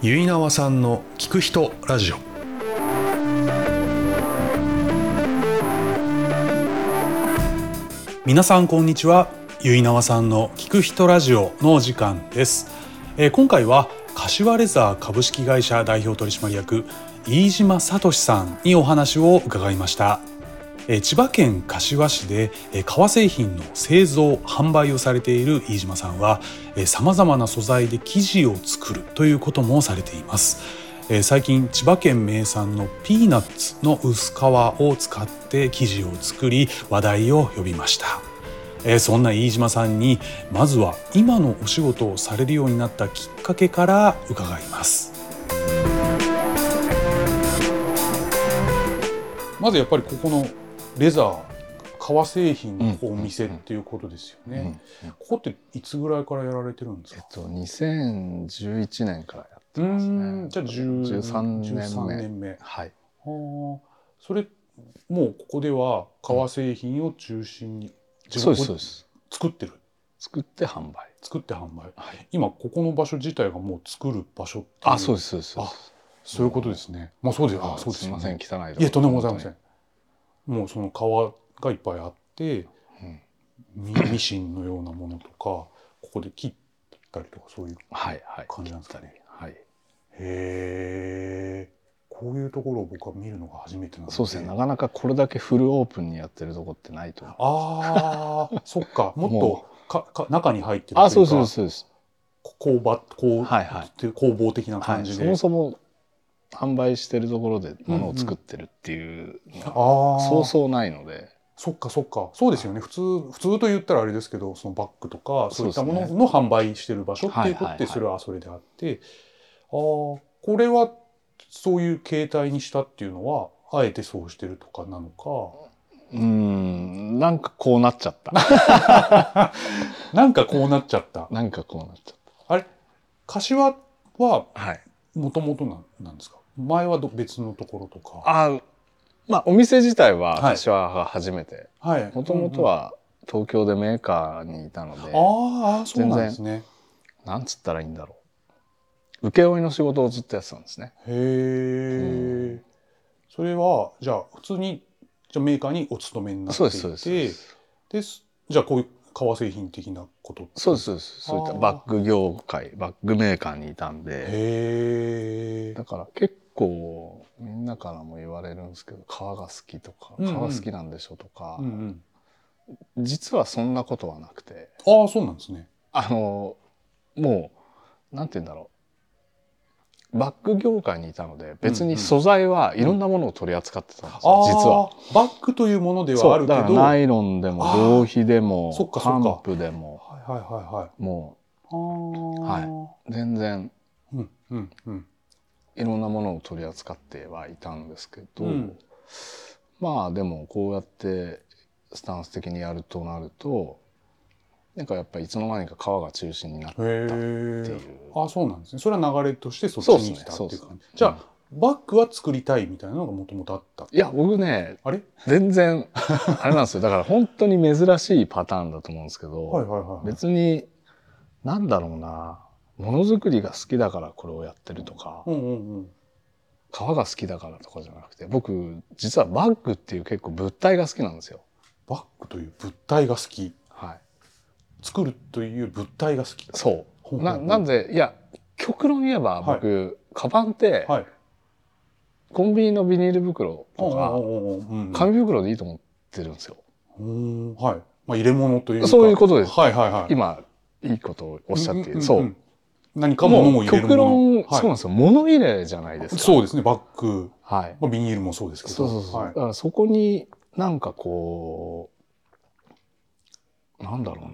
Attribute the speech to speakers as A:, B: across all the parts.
A: ゆいなわさんの聞く人ラジオ皆さんこんにちはゆいなわさんの聞く人ラジオのお時間です、えー今回は柏レザー株式会社代表取締役飯島聡さんにお話を伺いましたえー千葉県柏市でえー革製品の製造販売をされている飯島さんはさまざまな素材で生地を作るということもされていますえー最近千葉県名産のピーナッツの薄皮を使って生地を作り話題を呼びましたえーそんな飯島さんにまずは今のお仕事をされるようになったきっかけから伺いますまずやっぱりここのレザー革製品のお店っていうことですよね、ここっていつぐらいからやられてるんです
B: えっ
A: か
B: と、2011年からやって
A: う
B: ます
A: ー
B: ね。
A: んじゃあ10
B: 13年目。
A: 13年目は
B: はい。
A: あそれもうここでは革製品を中心に自
B: そう
A: 分
B: です、そ
A: こ
B: うです。
A: 作ってる
B: 作って販売。
A: 作って販売
B: はい。
A: 今ここの場所自体がもう作る場所ってい
B: あ、そうです、そうです。そうです
A: そういうことですねまあそうですあそうです
B: す
A: よ
B: み
A: ね
B: ません、汚いところ。
A: いやとんでもございませ
B: 本
A: んもうその革がいっぱいあって
B: 当に。うん
A: ミミシンのようなものとかここで切ったりとかそういう
B: はい、はい。
A: 感じなんですかね
B: はい。
A: へえこういうところを僕は見るのが初めてなんで
B: そうですね、なかなかこれだけフルオープンにやってるとこってないと思う。
A: ああ、そっ か、もっ
B: も
A: とかか中に入ってるというか、
B: あ、そうです、そうです、そうです。
A: 工場こう、
B: はいはい
A: っていう工房的な
B: は
A: 感
B: い。
A: じ
B: そ
A: で、
B: もそも。販売してるところで、ものを作ってるっていうの
A: あ
B: は。
A: あ、
B: そうそうないので。
A: そっかそっか、そうですよね。普通普通と言ったらあれですけど、そのバッグとかそういったも
B: そうで
A: の
B: す
A: の販売してる場所っていうこと
B: は
A: っ
B: いはいは
A: て
B: い
A: それはそれであって、ああ、これはそういう形態にしたっていうのはあえてそうしてるとかなのか、
B: うーん、なんかこうなっちゃ った。
A: なんかこうなっちゃった。
B: なんかこうなっちゃっ
A: あれ、柏は
B: た。はい。
A: もともとなんですか。前はど別のところとか。
B: あまあお店自体は
A: はい
B: 私は初めて
A: はい。
B: もともとは東京でメーカーにいたので、
A: うんうん、あーあー、そうなんですね。
B: なんつったらいいんだろう請負の仕事をずっとやってたんですね
A: へえ、それは、じゃあ、普通に、じゃあメーカーにお勤めになって
B: そう
A: い
B: で
A: て、
B: すそうですそうです
A: ですじゃあ、こういう革製品的なこと。
B: そうですそうですそういっ
A: あ
B: た
A: ー
B: バッグ業界バッグメーカーにいたんで
A: へえ
B: だ。から結構みんなからも言われるんですけど革が好きとか
A: うんうん
B: 革好きなんでしょとか、
A: うんうん。
B: 実はそんなことはなくて
A: ああ、そうなんですね。
B: あのもうなんて言うんだろうバッグ業界にいたので別
A: うんうん
B: に素材はいろんなものを取り扱ってたんです
A: あ
B: よ、
A: あ、
B: 実は。。
A: バッグというものではあ
B: そ
A: る
B: う
A: け
B: だ
A: ど。
B: から
A: は
B: ナ
A: い
B: イロンで
A: あ
B: も
A: ー
B: 浪費でも
A: そっかそ
B: ハ
A: っか
B: ンプでも
A: はいはいはい。
B: も
A: ああ。は
B: う全然
A: い。うんうんうん。
B: いろんなものを取り扱ってはいたんですけど、
A: うん
B: まあでもこうやってスタンス的にやるとなるとなんかやっぱりいつの間にか皮が中心になって
A: へ
B: ってい
A: え
B: う。
A: ああ、そうなんですね。それは流れとしてそっち
B: そうです
A: に来
B: ね
A: たっていう
B: そう
A: 感じ。
B: うん
A: じゃあ、バッグは作りたいみたいなのがもともとあった。
B: いや僕ね
A: あれ
B: 全然 あれなんですよだから本当に珍しいパターンだと思うんですけど、
A: はいはいはい。
B: 別になんだろうなものづくりが好きだからこれをやってるとか、
A: うんうんうん。
B: 皮が好きだからとかじゃなくて僕実はバッグっていう結構物体が好きなんですよ。
A: バッグという物体が好き。
B: はい、
A: 作るという物体が好き。
B: そ
A: ほう
B: う
A: ほうほ
B: な
A: う
B: なんでいや極論言えば僕、カバンって
A: はい。
B: コンビニのビニール袋と
A: お
B: か
A: うおうおうおううんうん
B: 紙袋でいいと思ってるんですよ。
A: うーんはい。まあ入れ物というか。
B: そういうことです
A: はいはいはい。
B: 今いいことをおっしゃって、
A: んんん
B: そう。
A: 何か物も入れるも
B: 極
A: の。
B: 論、
A: はい
B: そうなんですよ物入れじゃないですか
A: そうですね。バッグ、
B: はい
A: まあビニールもそうですけど。
B: そうそうそう、
A: はい
B: だからそこになんかこうなんだろ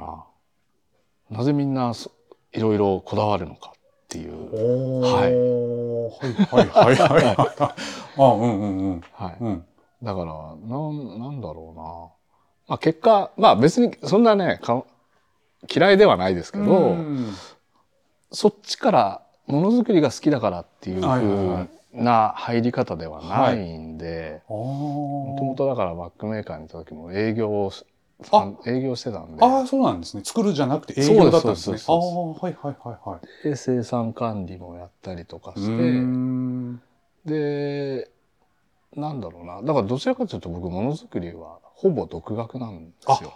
B: うななぜみんなそいろいろこだわるのかっていう、
A: おーはいはいはいはいはい。あ、うんうんうん。
B: はい、
A: うん。
B: だからなんなんだろうなまあ結果まあ別にそんなねか嫌いではないですけど、
A: うん
B: そっちからものづくりが好きだからっていうふ
A: はいはいうは
B: な入り方ではないんで、
A: ああ。
B: もともとだからバックメーカーにいた時も営業をし
A: あ
B: あの営業してたんで
A: ああそうなんですね作るじゃなくて営業だったんです
B: そう
A: ね
B: です
A: ああ
B: そうです
A: ーはいはいはいはい
B: で生産管理もやったりとか
A: う
B: し
A: ー
B: て
A: ん
B: でなんだろうなだからどちらかというと僕ものづくりはほぼ独学なんですよ。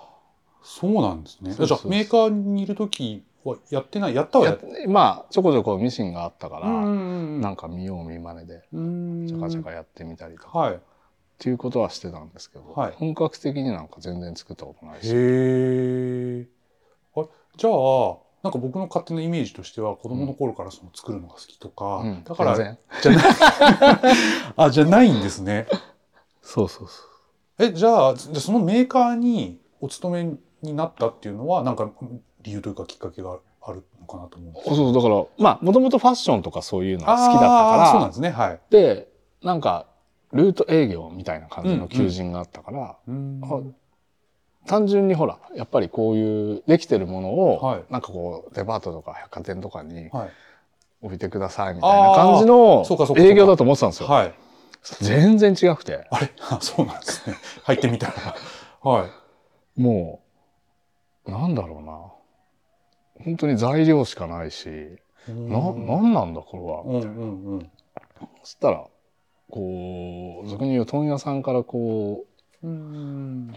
A: そうなんですね
B: そう
A: じ
B: そ
A: ゃ
B: う
A: あメーカーにいる時はやってないやったはや
B: や
A: っ
B: まあちょこちょこミシンがあったから、
A: な
B: なんか見よう見まねで
A: ち
B: ちゃかちゃかやってみたりとか、
A: はい。
B: っていうことはしてたんですけど、
A: はい
B: 本格的になんか全然作ったことないし。
A: へえ。あれじゃあ、なんか僕の勝手なイメージとしては、子供の頃からその作るのが好きとか、
B: うん
A: だから、
B: 全然
A: じゃない、あ、じゃないんですね。
B: そうそうそう
A: え、じゃあ、じゃあそのメーカーにお勤めになったっていうのは、なんか理由というかきっかけがあるのかなと思うんです
B: そうそうだからまあもともとファッションとかそういうの
A: あ
B: が好きだった
A: ーそうなん
B: か
A: ですね、はい。
B: らでなんかルート営業みたいな感じの求人があったから、
A: うん
B: あ単純にほらやっぱりこういうできてるものを、
A: はい
B: なんかこうデパートとか百貨店とかに
A: はい。
B: 置いてくださいみたいな感じの
A: ーそうかそうかそうか
B: 営業だと思ってたんですよ。
A: はい。
B: 全然違くて
A: あれ あそうなんですね。入ってみたら。はい。
B: もうなんだろうな本当に材料しかないし、ななんなんだこれは、
A: うんうんうん。
B: そしたらこう俗に言う問屋さんからこ
A: うん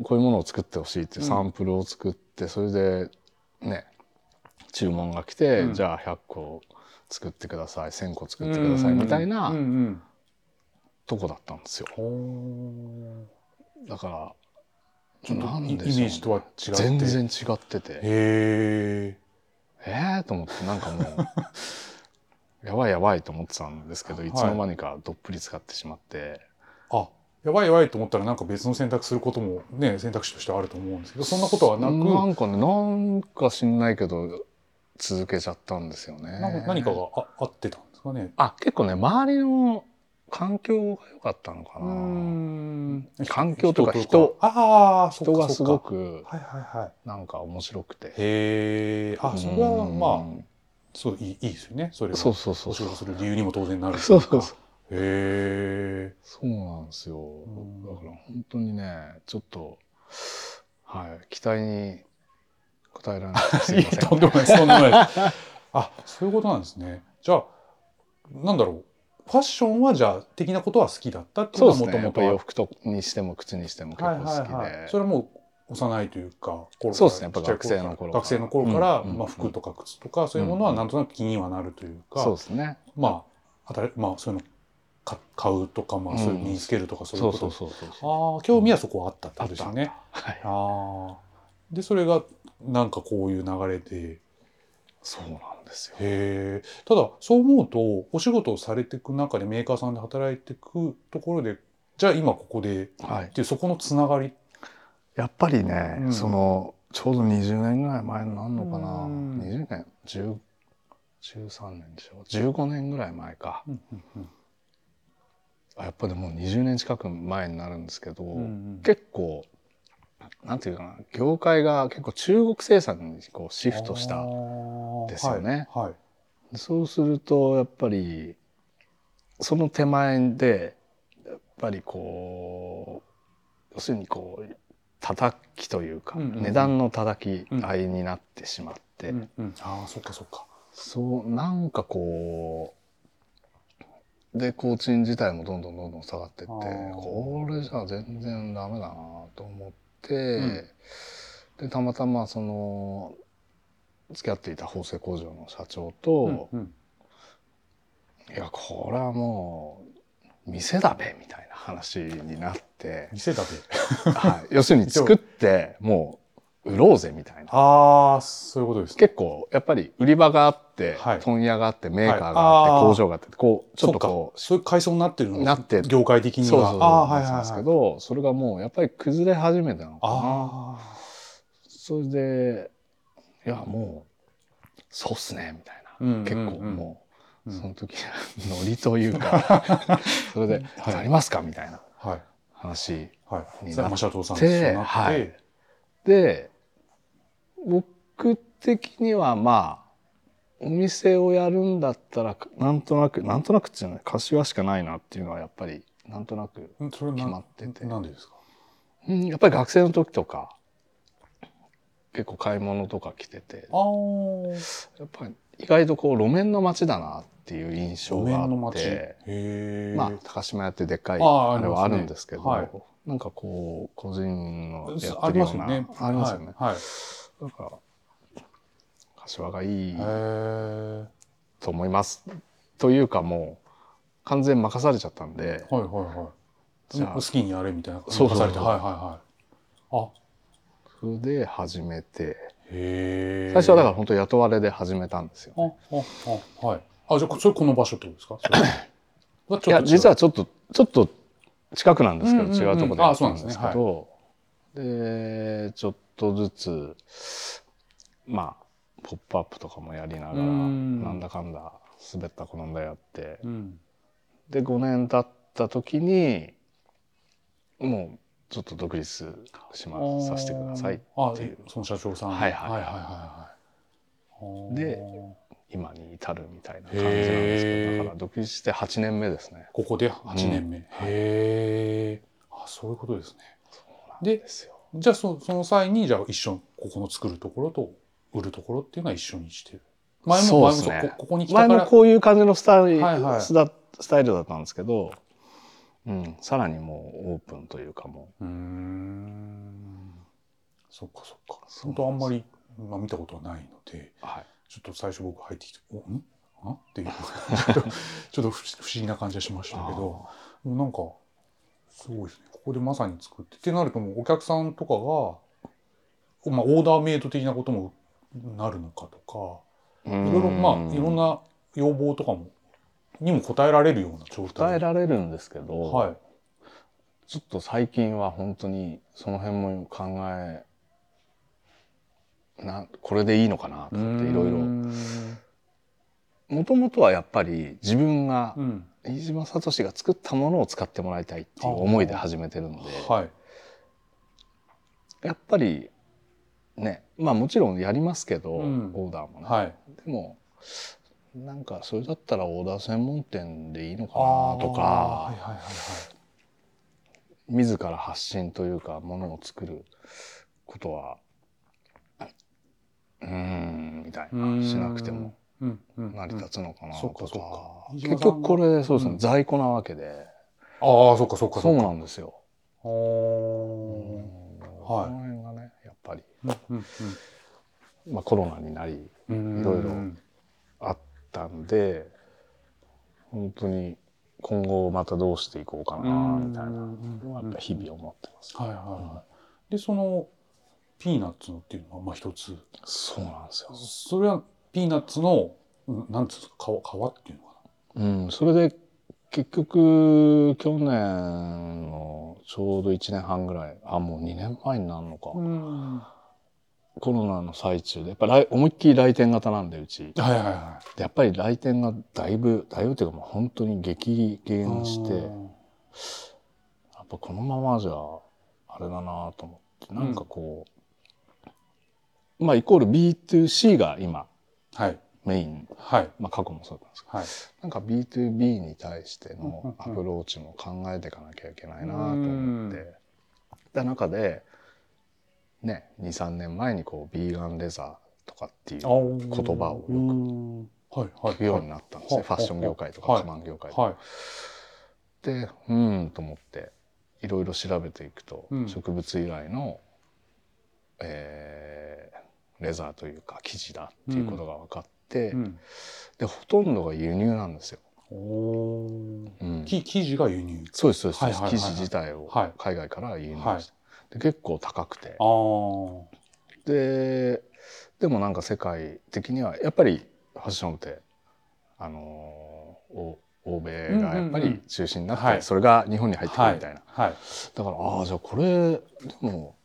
B: うこういうものを作ってほしいっていう
A: うん
B: サンプルを作って、それでね注文が来て、
A: うん
B: じゃあ100個作ってください1,000個作ってくださいみたい
A: うんう
B: なんとこだったんですよ。
A: ほ
B: だから
A: ーちょっ
B: な
A: とイイ
B: ん
A: メ
B: でしょうね
A: ージとは違って
B: 全
A: へ
B: 然違ってて
A: え
B: えー、と思ってなんかもう やばいやばいと思ってたんですけどいつの間にかどっぷり使ってしまって、
A: あやばいやばいと思ったらなんか別の選択することもね選択肢としてはあると思うんですけどそんなことはなく
B: なんかねなんか知んないけど続けちゃったんですよね
A: な何かがあ合ってたんですかね
B: あ結構ね周りの環境が良かったのか
A: う
B: なん環境とか人
A: ああ
B: 人がすご
A: く
B: く
A: はいはいはい
B: なんか面白くて
A: へえあそれはまあ
B: うん
A: そういいいいですよねそれは
B: そうそうそ
A: お
B: う
A: 仕
B: そう
A: 事する理由にも当然なるとい
B: そうう
A: か
B: そうそう
A: へえ
B: そうなんですよ
A: ん
B: だから本当にねちょっとはい期待に応えられなくてす
A: い
B: い
A: や
B: ませ
A: とん
B: ん
A: でもないですとんでもないですあそういうことなんですねじゃあなんだろうファッションはじゃあ的なことは好きだったっていう
B: そう
A: の
B: で
A: は
B: す
A: もと
B: ねや
A: も
B: っ
A: と
B: ぱ洋服とにしても靴にしても結
A: はい
B: 構好きで、
A: はいはいそれはもう幼いというか頃から
B: そうですねやっぱ
A: ちっちゃい
B: 学生の頃から
A: 学生の頃から、
B: うんうん
A: まあ、服とか靴とかそういうものはなんとなく気にはなるというか、
B: そうですね
A: まああたりまあそういうのか買うとか、まあ、そういう身につけるとかそういう
B: そ
A: こと、
B: うそうそうそうそう
A: ああ興味はそこはあったってことですよね、
B: はい
A: ああでそれがなんかこういう流れで
B: そうなんですよ
A: へえただそう思うとお仕事をされていく中でメーカーさんで働いていくところでじゃあ今ここでっ
B: はい
A: ていうそこのつながり
B: やっぱりね、
A: うん
B: そのちょうど20年ぐらい前になるのかな、
A: うん
B: 20年10 13年でしょ15年ぐらい前か
A: うんうんうん
B: あやっぱりもう20年近く前になるんですけど、
A: うん
B: 結構なんていうかな業界が結構中国生産にこうシフトし
A: あ
B: た
A: ー
B: ですよね
A: はい、はい
B: そうするとやっぱりその手前でやっぱりこう要するにこう叩きというか、
A: うんうんうん
B: 値段の叩き合いになってしまって、
A: うんうん、ああそっかそっか
B: そうなんかこうで工賃自体もどんどんどんどん下がってって
A: あー
B: これじゃ全然ダメだなと思って、
A: ん
B: でたまたまその付き合っていた縫製工場の社長と、
A: うんうん
B: いやこれはもう店だべみたいな話に なって、
A: 店だで
B: はい、要するに作ってもう売ろうぜみたいな
A: ああそういうことですね
B: 結構やっぱり売り場があって、
A: はい
B: 問屋があってメーカーがあって、
A: はいあー
B: 工場があってこうちょっと
A: そか
B: こ
A: そういう階層になってるの
B: なって
A: 業界的
B: う
A: には
B: そうそうそう
A: ああーはい
B: な
A: はい
B: って
A: は
B: たんですけ
A: い
B: ど、それがもうやっぱり崩れ始めたのかな
A: ああ
B: それでいやもうそうっすねみたいな、
A: うんうんうん
B: 結構もう、
A: うん
B: その時のノリというか それで「
A: はい
B: ありますか?」みたいな
A: はい
B: 話。
A: はい
B: に
A: それ
B: なっ
A: は社長さんと
B: て
A: そうなって、
B: はいで僕的にはまあお店をやるんだったらなんとなくなんとなくっていうのは柏しかないなっていうのはやっぱりなんとなく、
A: うんそれはな
B: 決まってて
A: なんでですか
B: うんやっぱり学生の時とか結構買い物とか来てて
A: あー
B: やっぱり意外とこう路面の街だなっていう印象
A: 路
B: があ
A: 面の
B: っ
A: 街
B: て
A: へえ
B: まあ高島屋ってでっかい
A: ああ
B: あれはあ
A: ありますね
B: るんですけど
A: はい
B: なんかこう個人のやってるような
A: ありますよね
B: ありますよね、
A: はい、はい
B: だから柏がいい
A: へ
B: と思いますというかもう完全に任されちゃったんで
A: えはいはいはい
B: じゃあ
A: 好きにやれみたいな
B: そうそうそう
A: 任されてはいはいはいあ
B: それで始めて
A: へえ
B: 最初はだからら本当雇われで始めたんですよ、
A: あああはいあじゃあそれこの場所ってことですか それはち
B: い
A: ょっ
B: や
A: と違う
B: 実はちょっとちょっと近くなんですけど、
A: うんうんうん
B: 違うところでやった
A: あそう
B: ん
A: なん
B: で
A: ですす
B: け
A: ね
B: どで,、ちょっとずつまあ「ポップアップとかもやりながら
A: うん
B: なんだかんだ滑ったこんだやって
A: うん
B: で5年経った時にもうちょっと独立しまさせてください
A: あ
B: っていう
A: えその社長さん
B: はいはい
A: はいはいはいはい
B: で
A: あー
B: 今に至るみたいな感じなんですけ
A: へー
B: どだから独立して8年目ですね。
A: ここで8年目、へえあそういうことですねで
B: ですよ
A: じゃあそその際にじゃあ一緒にここの作るところと売るところっていうのは一緒にしてる前も
B: そうですね
A: 前もこここに来
B: 前
A: たか
B: も
A: ら
B: こういう感じのスタイル,スタ、
A: はいはい
B: スタイルだったんですけど、うん、さらにもうオープンというかも
A: うーんそっかそっか
B: そう
A: 本当あんまり、まあ、見たことはないので
B: う、はい、
A: ちょっと最初僕入ってきて「おんあっていう ちょっとちょっと不思不思議な感じがしましたけどもうなんかすごいですねここでまさに作ってってなるともうお客さんとかが、まあ、オーダーメイド的なこともなるのかとか。
B: い
A: いろいろまあいろんな要望とかもにも応えられるような状態
B: 伝えられるんですけど、
A: はい
B: ちょっと最近は本当にその辺も考えなこれでいいのかなと思っていろいろもともとはやっぱり自分が
A: うん
B: 飯島聡が作ったものを使ってもらいたいっていう思いで始めてるので、
A: はい
B: やっぱりねまあもちろんやりますけど、
A: うん
B: オーダーもね、
A: はい
B: でもなんかそれだったらオーダー専門店でいいのか
A: あ
B: な
A: ー
B: と
A: は
B: か
A: いはいはいはい
B: 自ら発信というかものを作ることはうーんみたいうな
A: ーん
B: しなくても
A: うんうん
B: 成り立つのかな
A: そ
B: と
A: っか
B: か,、
A: そっか飯島
B: 結
A: さんが
B: 局これそうですね、
A: うん
B: 在庫なわけで
A: ああそっかそっか
B: そ
A: そうっか
B: なんですよ。
A: おー
B: この辺がねやっぱり、
A: うんうん
B: まあ、コロナになり
A: うんうん
B: いろいろあったんで本当に今後またどうしていこうかなみたいなのはやっぱ日々思ってます、
A: はいはいはいでそのピーナッツのっていうのはまあ一つ
B: そうなんですよ、
A: それはピーナッツのうんなんつうの皮皮っていうのか
B: うん、それで結局去年のちょうど1年半ぐらいあもう2年前になるのか、
A: なうんは
B: コロナの最中でやっぱ来思いっきり来店型なんでうち
A: いはいはい
B: でやっぱり来店がだいぶだいぶっていうかもう本当に激減して
A: あ
B: や
A: ー
B: っぱこのままじゃあれだなと思ってなんかこう、まあイコール B2C が今
A: はい
B: メイン、
A: はい
B: まあ、過去もそうだったんですけど
A: はい
B: なんか B2B に対しての
A: うん
B: ア
A: うんうん
B: プローチも考えていかなきゃいけないなと思って、
A: うん
B: た中で、ね、23年前にこうビーガンレザーとかっていう
A: 言
B: 聞葉をよく
A: くはいはい
B: くようになったんですね、
A: はい
B: ファッション業界とか
A: はい
B: カバン業界とか。
A: はい
B: でうーんと思っていろいろ調べていくと、
A: うん
B: 植物由来の、えーレザーというか生地だっていうことが分かって、
A: うん
B: でほとんどが輸入なんですよ。
A: おー
B: うん
A: き生地が輸入
B: そうですそうです、
A: はいはいはいはい
B: 生地自体を
A: はい
B: 海外から輸入して、
A: はい
B: で結構高くて
A: あー
B: ででもなんか世界的にはやっぱりファッションってあのーお欧米がや
A: うん
B: っぱ
A: うんう
B: り
A: ん
B: 中心になって、
A: はい
B: それが日本に入ってく
A: は
B: る
A: い
B: みたいな、
A: はい
B: だからああじゃあこれでも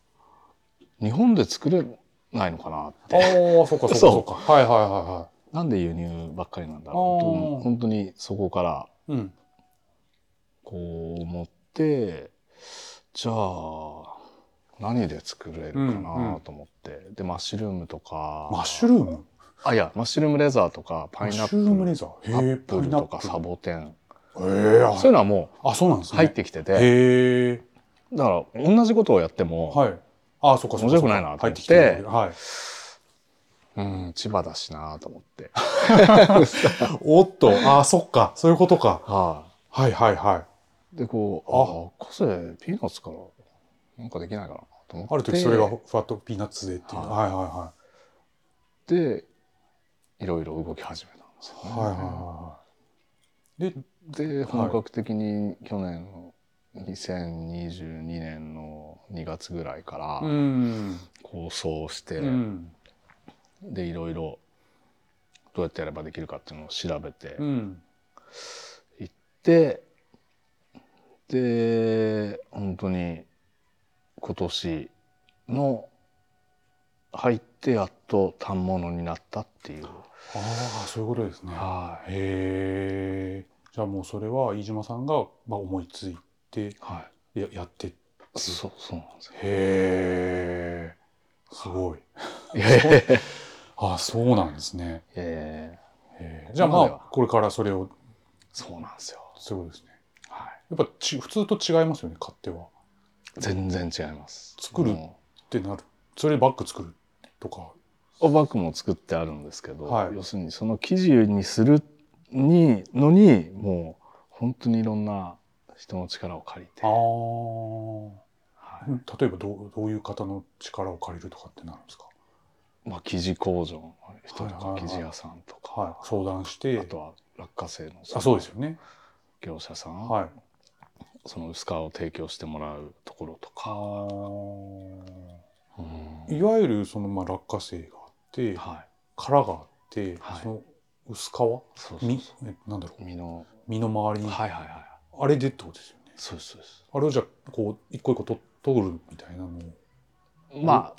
B: 日本で作れないのかなっ
A: あ
B: て
A: ーそっかそっか そっかはいはいは
B: なんで輸入ばっかりなんだろう
A: あー
B: と本当にそこから
A: いはいうん
B: こう思ってじゃあ何で作れるかなと思って、でマッシュルームとか
A: マッシュルーム
B: あいやマッシュルームレザーとかパイナ
A: マ
B: ッ
A: ッシ
B: プ
A: ュルーム
B: ル
A: レザー
B: ア
A: へえ
B: ップルとかサボテン
A: へえ
B: そういうのはも
A: あそうなんで
B: う
A: すね
B: 入ってきてて、
A: へえ
B: だから同じことをやっても、
A: はいああ、そっか、そっか。
B: 面白くないな
A: 入
B: と思っ
A: っててきて。はい。
B: うん、千葉だしなと 思って。
A: おっと、ああ、そっか、そういうことか。
B: は
A: はいはいはい。
B: い。で、こう、ああ、個性、ピーナッツから、なんかできないかなと思って。
A: ある時それがふわっとピーナッツでっていう。はいはいは
B: で、いろいろ動き始めたんです
A: い。
B: よ、
A: はいはいはいはい。で、
B: で、本格的に去年の、2022年の2月ぐらいから
A: うん。
B: 構想して、
A: うん。
B: でいろいろどうやってやればできるかっていうのを調べて
A: うん。
B: 行って、で本当に今年の入ってやっと反物になったっていう、
A: ああ、そういうことですね。
B: は
A: へえ。じゃあもうそれは飯島さんがまあ思いついて
B: い、は
A: ややってへ
B: い、そうそうなんですよ
A: え。すごい。
B: ええ
A: ああ、そうなんですね。
B: え
A: へえじゃあま
B: 今ま
A: あ
B: では
A: これからそれを
B: そうなんですよ、
A: そういうことですね。
B: は
A: やっぱち普通と違いますよね勝手は。っ
B: い、全然違います
A: 作る
B: も
A: てなる。それでバッグ作るとか。
B: うバッグも作ってあるんですけど、
A: はい
B: 要するにその生地にするにのにもう本当にいろんな人の力を借りて
A: ああ。
B: はい
A: 例えばどうどういう方の力を借りるとかってなるんですか。
B: まあ、生地工場の人と
A: はい
B: か
A: はいは
B: 生
A: い
B: 地屋さんとか、
A: はい。相談して。
B: あとは落花生の
A: あそうですよね。
B: 業者さん、
A: はい。
B: その薄皮を提供してもらうところと
A: あ
B: か、うん
A: いわゆるそのまあ落花生があって、
B: はい
A: 殻があって、
B: はい
A: その薄皮
B: そうそう
A: み
B: そ
A: えなんだろう
B: う身の
A: 身の周りに、
B: はいはいはい
A: あれでってことですよね。
B: そうですそうです
A: あれをじゃあこう一個一個と取るみたいなのを。
B: ま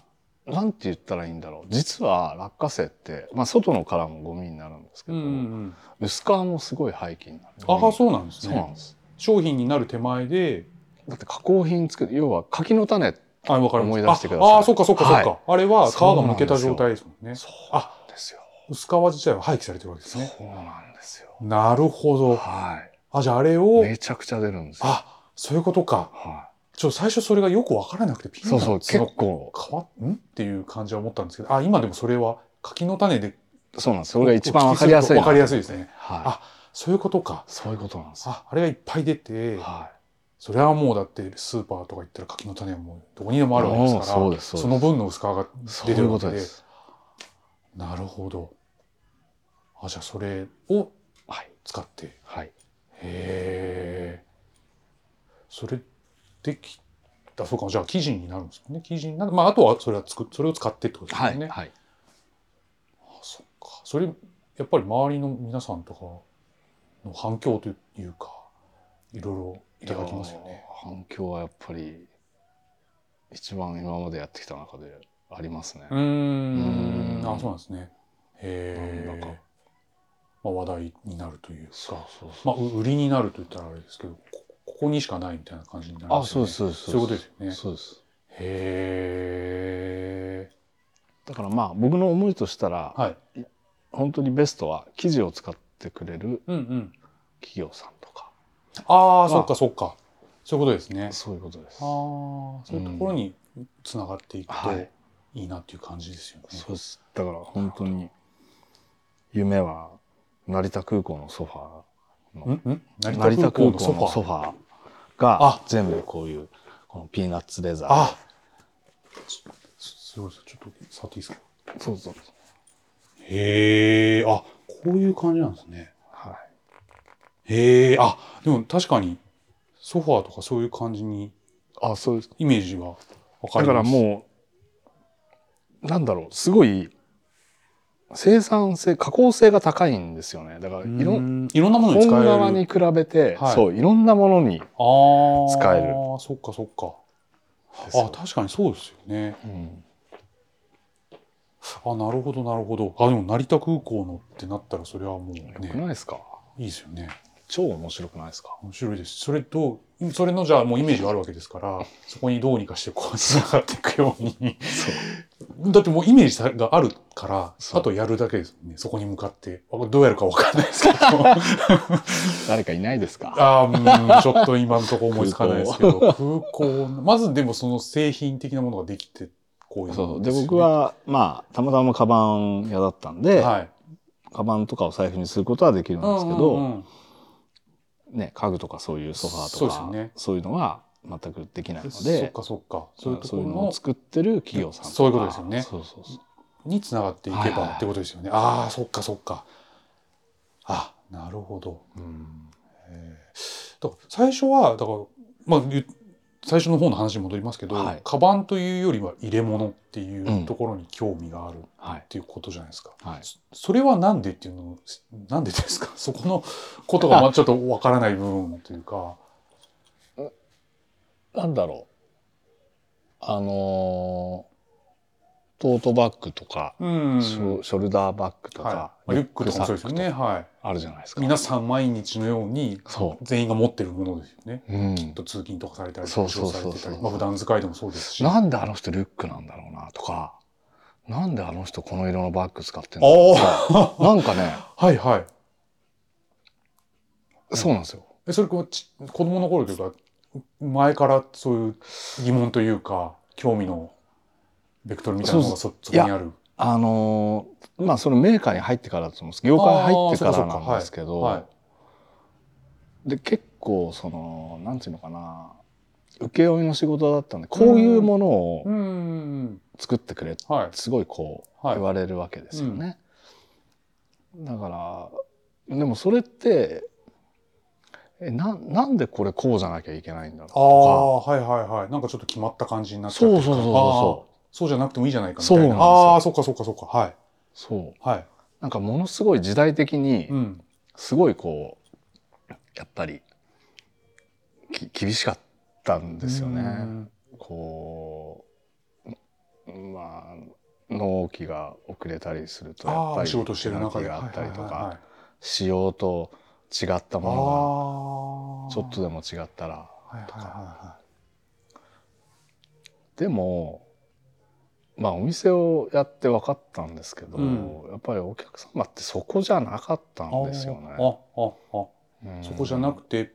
B: あなんて言ったらいいんだろう実は落花生って、まあ、外の殻もゴミになるんですけど、
A: ん、
B: 薄皮もすごい廃棄になる
A: ああ
B: う
A: そうなんです
B: そうなん
A: ね。
B: です
A: 商品になる手前で、
B: だって加工品作る要は柿の種
A: あわかりま
B: 思
A: し
B: い出
A: た。
B: してください
A: ああそっかそっかそっか。
B: は
A: あれは皮が
B: そうなん
A: 剥けた
B: ですよ
A: 状態ですもんね。
B: そう
A: あ
B: ですよ、
A: 薄皮自体は廃棄されてるわけですね。
B: そうなんですよ
A: なるほど。
B: はい
A: あじゃああれを
B: めちゃくちゃ出るんですよ。
A: あそういうことか。
B: は
A: ちょ最初それがよく分からなくてピ
B: い、
A: ー
B: そ
A: ナ
B: うそう
A: ッツ
B: 結
A: の
B: 構
A: 変わんっていう感じは思ったんですけどあ今でもそれは柿の種で
B: そうなんですよ。それが一番わかりやすいな。
A: わかりやすいですね
B: は
A: あそういうことか
B: い。そういうことなんですよ。
A: ああれがいっぱい出て
B: は
A: それはもうだってスーパーとか行ったら柿の種はもうどこにでもあるわけですから
B: もうそうですそうです
A: の分の薄皮が
B: い。そう
A: 出て
B: い
A: る
B: うこ
A: わ
B: と
A: けで
B: です。
A: なるほどあじゃあそれを
B: はい
A: 使ってへ
B: はい。
A: えそれできたそうかじゃあ生地になるんですもんね生地になるまああとはそれはつくそれを使ってってことです
B: は
A: よ
B: い
A: ね、
B: はい。
A: あそっかそれやっぱり周りの皆さんとかの反響というかいろいろいただきますよね。
B: 反響はやっぱり一番今までやってきた中でありますね。
A: うーん
B: うん
A: あそうなんですね。へ
B: なんだか
A: え。まあ話題になるという
B: そう
A: か、
B: そうそ
A: まあう売りになると言ったらあれですけどこここにしかないみたいな感じになり
B: う。
A: ま
B: あ
A: す
B: そう
A: よ
B: で
A: ね。
B: すそうです
A: そういうことですよね。
B: そうです。
A: へえ。
B: だからまあ僕の思いとしたら、
A: はい。
B: 本当にベストは生地を使ってくれる
A: うんうん。
B: 企業さんとか
A: あ
B: あ
A: あそっかそっか。そういうことですね。
B: そういうことです。
A: ああそういうところにつながっていくと
B: はい
A: いいなっていう感じですよね。
B: そうです。だから本当に夢は成田空港のソファ
A: ん
B: ー
A: ん成
B: の
A: 田空港のソ
B: 成田空
A: ファー
B: ソファー
A: あ
B: が全部こういうこのピーナッツレザー
A: あすすごいですちょっと触っていいですか
B: そうそう
A: へえあこういう感じなんですね
B: は
A: へえあでも確かにソファーとかそういう感じに
B: いあそうです
A: イメージはわか
B: だ
A: ります
B: からもうなんだろうすごい生産性加工性が高いんですよねだからいろん
A: んいろんなものに
B: 本
A: 使える
B: 側に比べて、
A: はい
B: そういろんなものに
A: あー
B: 使える
A: そっかそっかあ確かにそうですよね
B: うん
A: あなるほどなるほどあでも成田空港のってなったらそれはもう
B: よくな
A: ね
B: いですか
A: いいですよね
B: 超面白くないですか
A: 面白いですそれとそれのじゃあもうイメージがあるわけですから、そこにどうにかしてこう繋がっていくように。だってもうイメージさがあるから、
B: そう
A: あとやるだけですもんね。そこに向かって。あこれどうやるかわかんないです けど。
B: 誰かいないですか
A: あーうんちょっと今のところ思いつかないですけど。空港。まずでもその製品的なものができて、こういう
B: そ
A: の
B: う。
A: で
B: です
A: よね
B: 僕、はまあたまたまカバン屋だったんで、
A: はい。
B: カバンとかを財布にすることはできるんですけど、
A: うんうんうん
B: ね、家具とかそういうソファー
A: そ
B: と
A: うです
B: か
A: よ
B: そう,、
A: ね
B: いうのは全くできないの
A: そっ
B: で
A: かそっか。
B: そ
A: そうう
B: い
A: いううところ
B: のを
A: の
B: 作ってる企業さんか
A: そういうことですよね
B: そうそうそう
A: につながってい
B: はい
A: け
B: はいはい
A: ばってことですよね。ああ、そっかそっか。あ、なるほど。えーだから最初はだから、まあ、ゆ最初の方の話に戻りますけど、
B: はい
A: カバンというよりは入れ物ってい
B: うん
A: うところに興味があるっ
B: はい
A: ていうことじゃないですか。
B: はい
A: そそれはなんでっていうのをなんでですか そこのことがまあちょっとわからない部分というか。
B: なんだろうあのートートバッグとか、
A: うん
B: ショショルダーバッグと
A: はい
B: か
A: ま、あリュックとかもそうですよ
B: リュッ
A: ね。
B: クサック
A: は
B: とかあるじゃないです
A: い。
B: か
A: 皆さん毎日のように
B: そ
A: 全員が持ってるものですよね。
B: う、うん、
A: と通勤とかされたり、
B: そう
A: 仕
B: そう
A: 事
B: そう
A: さ
B: そ
A: れてた
B: う
A: り、まあ普段使いでもそうですし。あ
B: なんであの人リュックなんだろうなとかなんであの人この色のバッグ使ってんだろう
A: あ
B: なん かね
A: ー、はいはい。
B: そうなんですよ
A: えそれこうち子供の頃というか前からそういう疑問というか興味のベクトルみたいなのがそそこにある。
B: あのーまあそのメーカーに入ってからだと思うんです業界入ってか
A: あーそ
B: ら
A: うかそう
B: な
A: か
B: んですけど、
A: はい
B: で結構そのなんていうのかな請負の仕事だったんでこういうものを
A: うん
B: 作ってくれって
A: はい
B: すごいこう
A: はい
B: 言われるわけですよね。だからでもそれってえななんでこれこうじゃなきゃいけないんだろう
A: あ
B: と
A: あはいはいはいなんかちょっと決まった感じにな
B: か
A: っちゃって
B: そう
A: る
B: そうそうそう
A: あ
B: そ
A: ーそうじゃなくてもいいじゃないかみたいな
B: そうなんですよ
A: ああそっかそっかそっかはいう
B: そう
A: はい
B: なんかものすごい時代的に
A: うん
B: すごいこうやっぱりき厳しかったんですよね。
A: うん
B: こうまあ納期が遅れたりすると
A: あ
B: やっ
A: あ
B: ぱ
A: お
B: り
A: 仕事してる中で
B: 手書きがあったりと
A: はいはいはいは
B: か
A: い
B: 仕様と違っ
A: あ
B: たも
A: あ
B: のがちょっとでも違ったら
A: はいはいはいはい
B: でもまあお店をやって分かったんですけど、
A: うん
B: やっぱりお客様ってそこじゃなかったんですよ
A: あ
B: ね。
A: あああ
B: うん
A: そこじゃなくて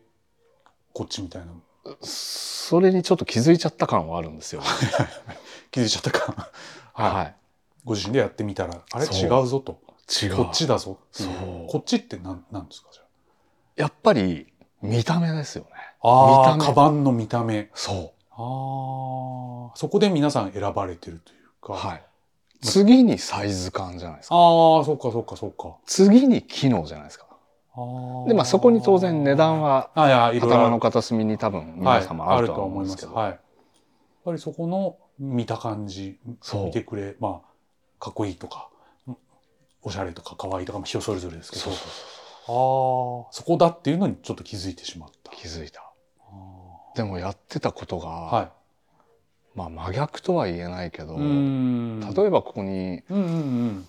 A: こっちみたいな
B: それにちょっと気づいちゃった感はあるんですよ。
A: 気づいちゃったかはい
B: い、
A: ご自身でやってみたらあれ
B: そう
A: 違うぞと
B: 違う
A: こっちだぞっていう
B: そう
A: こっちってなんなんですかじゃ
B: やっぱり見た目ですよね。
A: あああ
B: 見た目
A: カバンの見た目
B: そう
A: ああそこで皆さん選ばれてるというか、あ
B: はい。次にサイズ感じゃないですか。
A: あそっかそっかそっか
B: 次に機能じゃないですか。
A: あー
B: で、まあそこに当然値段は
A: あいやいろいろ
B: 頭の片隅に多分皆様あるとは思うんですけど。
A: はい、あるとは思いますはい、やっぱりそこの見た感じ
B: そう
A: 見てくれまあかっこいいとかうんおしゃれとか可愛いとかまあ人それぞれですけど
B: そうそう
A: ああそこだっていうのにちょっと気づいてしまった
B: 気づいた。
A: あー
B: でもやってたことが、
A: はい
B: まあ真逆とは言えないけど、
A: ん
B: 例えばここに
A: うんうんうん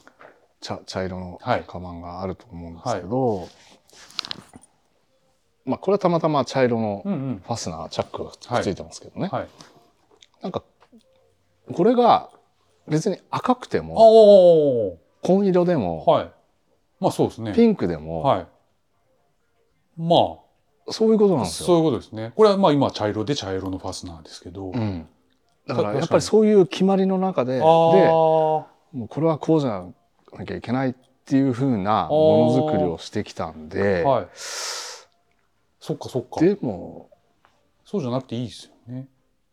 B: 茶茶色の
A: はい
B: カバンがあると思うんですけど、まあこれはたまたま茶色の
A: うんうん
B: ファスナー、チャックがくっついてますけどね。
A: はい
B: なんか、これが別に赤くても、
A: お
B: 紺色で
A: お
B: も、
A: はいまあそうですね
B: ピンクでも、
A: はいま
B: そういうことなん
A: あ
B: ですよ。
A: そういうことですねこれはまあ今茶色で茶色のファスナーですけど、あ
B: うんだか
A: 確
B: ら
A: かに
B: やっぱりそういう決まりの中で、で、
A: あ
B: も
A: ー
B: うこれはこうじゃなきゃいけないっていう風なものづくりをしてきたんで、
A: はい。そっかそっか。
B: でも、
A: そうじゃなくていいですよね。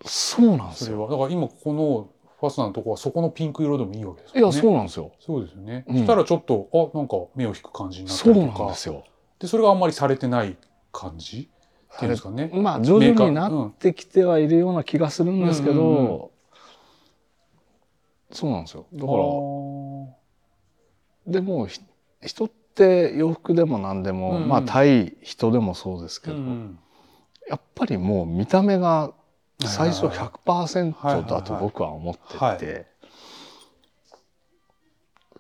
B: そうなんで
A: そ
B: す
A: れ
B: よ。
A: は。だから今ここのファスナーのとこはそこのピンク色でもいいわけです
B: い
A: よね。
B: や、そうなんですよ。
A: そうですよね。
B: うん
A: したらちょっと、あ、なんか目を引く感じになっ
B: そ
A: た
B: う
A: りと
B: なんで
A: か。
B: すよ。
A: で、それがあんまりされてない感じっていうんですかね。
B: まあ、徐々に
A: メーカ
B: な
A: ーうん
B: ってきてはいるような気がするんですけど、
A: うんうん
B: そうなんですよ。だ
A: だ
B: から、でもひ人って洋服でも何でも、
A: うん
B: まあ対人でもそうですけ
A: う
B: ど、
A: ん。
B: やっぱりもう見た目が最初
A: はいはい
B: 100%だと僕は思ってて、
A: はいはい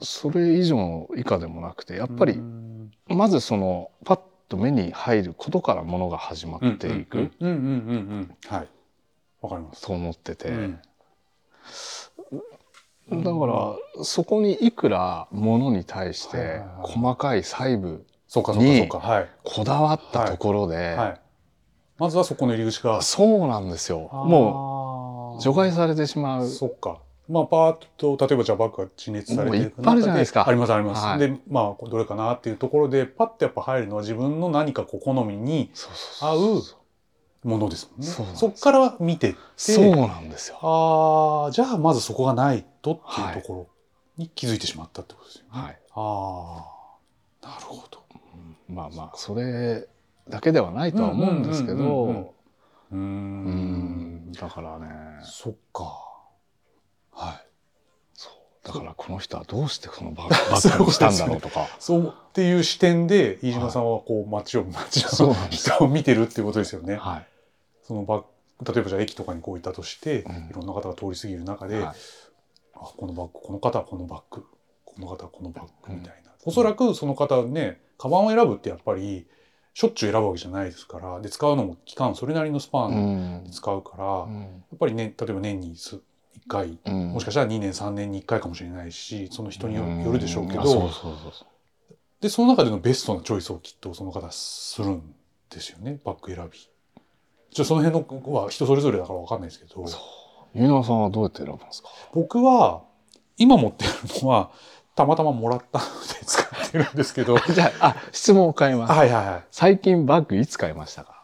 B: それ以上以下でもなくてやっぱり
A: うん
B: まずそのパッと目に入ることからものが始まっていく
A: うんうんうんうんうんはいわかります、
B: と思ってて、
A: うん
B: だからそこにいくらものに対し
A: はいはい
B: て
A: はい
B: 細かい細部
A: そうかそうかそうかはい、
B: こだわったところで、
A: はい、まずはそこの入り口が
B: そうなんですよも
A: も
B: う除外されてしまう
A: そっか。まあ、パーッと、例えばじゃあバッグが地熱されて
B: もういっぱいあるじゃないですか
A: ありますあります。
B: はい
A: で、まあ、これどれかなっていうところで、パッとやっぱ入るのは自分の何かこう好みに
B: そう
A: 合
B: そう
A: うものですもんね。
B: そうなんです
A: っから見てって、
B: そうそうなんですよ、
A: ああ、じゃあまずそこがないとっていうところに気づいてしまったってことですよね。
B: はい、
A: ああ、なるほど。
B: まあまあそれだけではないとは思うんですけ
A: うんうんうんうん
B: ど
A: うー。
B: うんんだからね
A: そっか。はい。
B: そうだからこの人はどうしてこの バッグバッグにしたんだろうとか
A: そうっていう視点で飯島さんはこう街を街
B: そう
A: を
B: なんです
A: 人を見てるっていうことですよね。
B: は
A: そのバッ例えばじゃあ駅とかにこういたとして、
B: うん
A: いろんな方が通り過ぎる中
B: い
A: で、
B: は
A: あこのバッグこの方はこのバッグこの方はこのバッグ
B: うん
A: みたいな、おそらくその方ねカバンを選ぶってやっぱりしょっちゅう選ぶわけじゃないですからで使うのも期間それなりのスパ
B: い、う
A: ン
B: ん
A: で使うから、
B: う
A: や
B: ん
A: っぱりね例えば年に1回
B: うん
A: もしかしたら2年3年に1回かもしれないしその人によよるでしょうけど。
B: んあそうそうそうそう
A: でその中でのベストなチョイスをきっとその方はするんですよねバッグ選びちょその辺のは人それぞれだから分かんないですけど
B: そうゆなさんはどうやって選ぶんですか
A: 僕は今持ってるのはたまたまもらったので使ってるんです けどはい
B: じゃあ、あ、質問を変えます。
A: はいはい
B: 最近バッグいつ買いましたか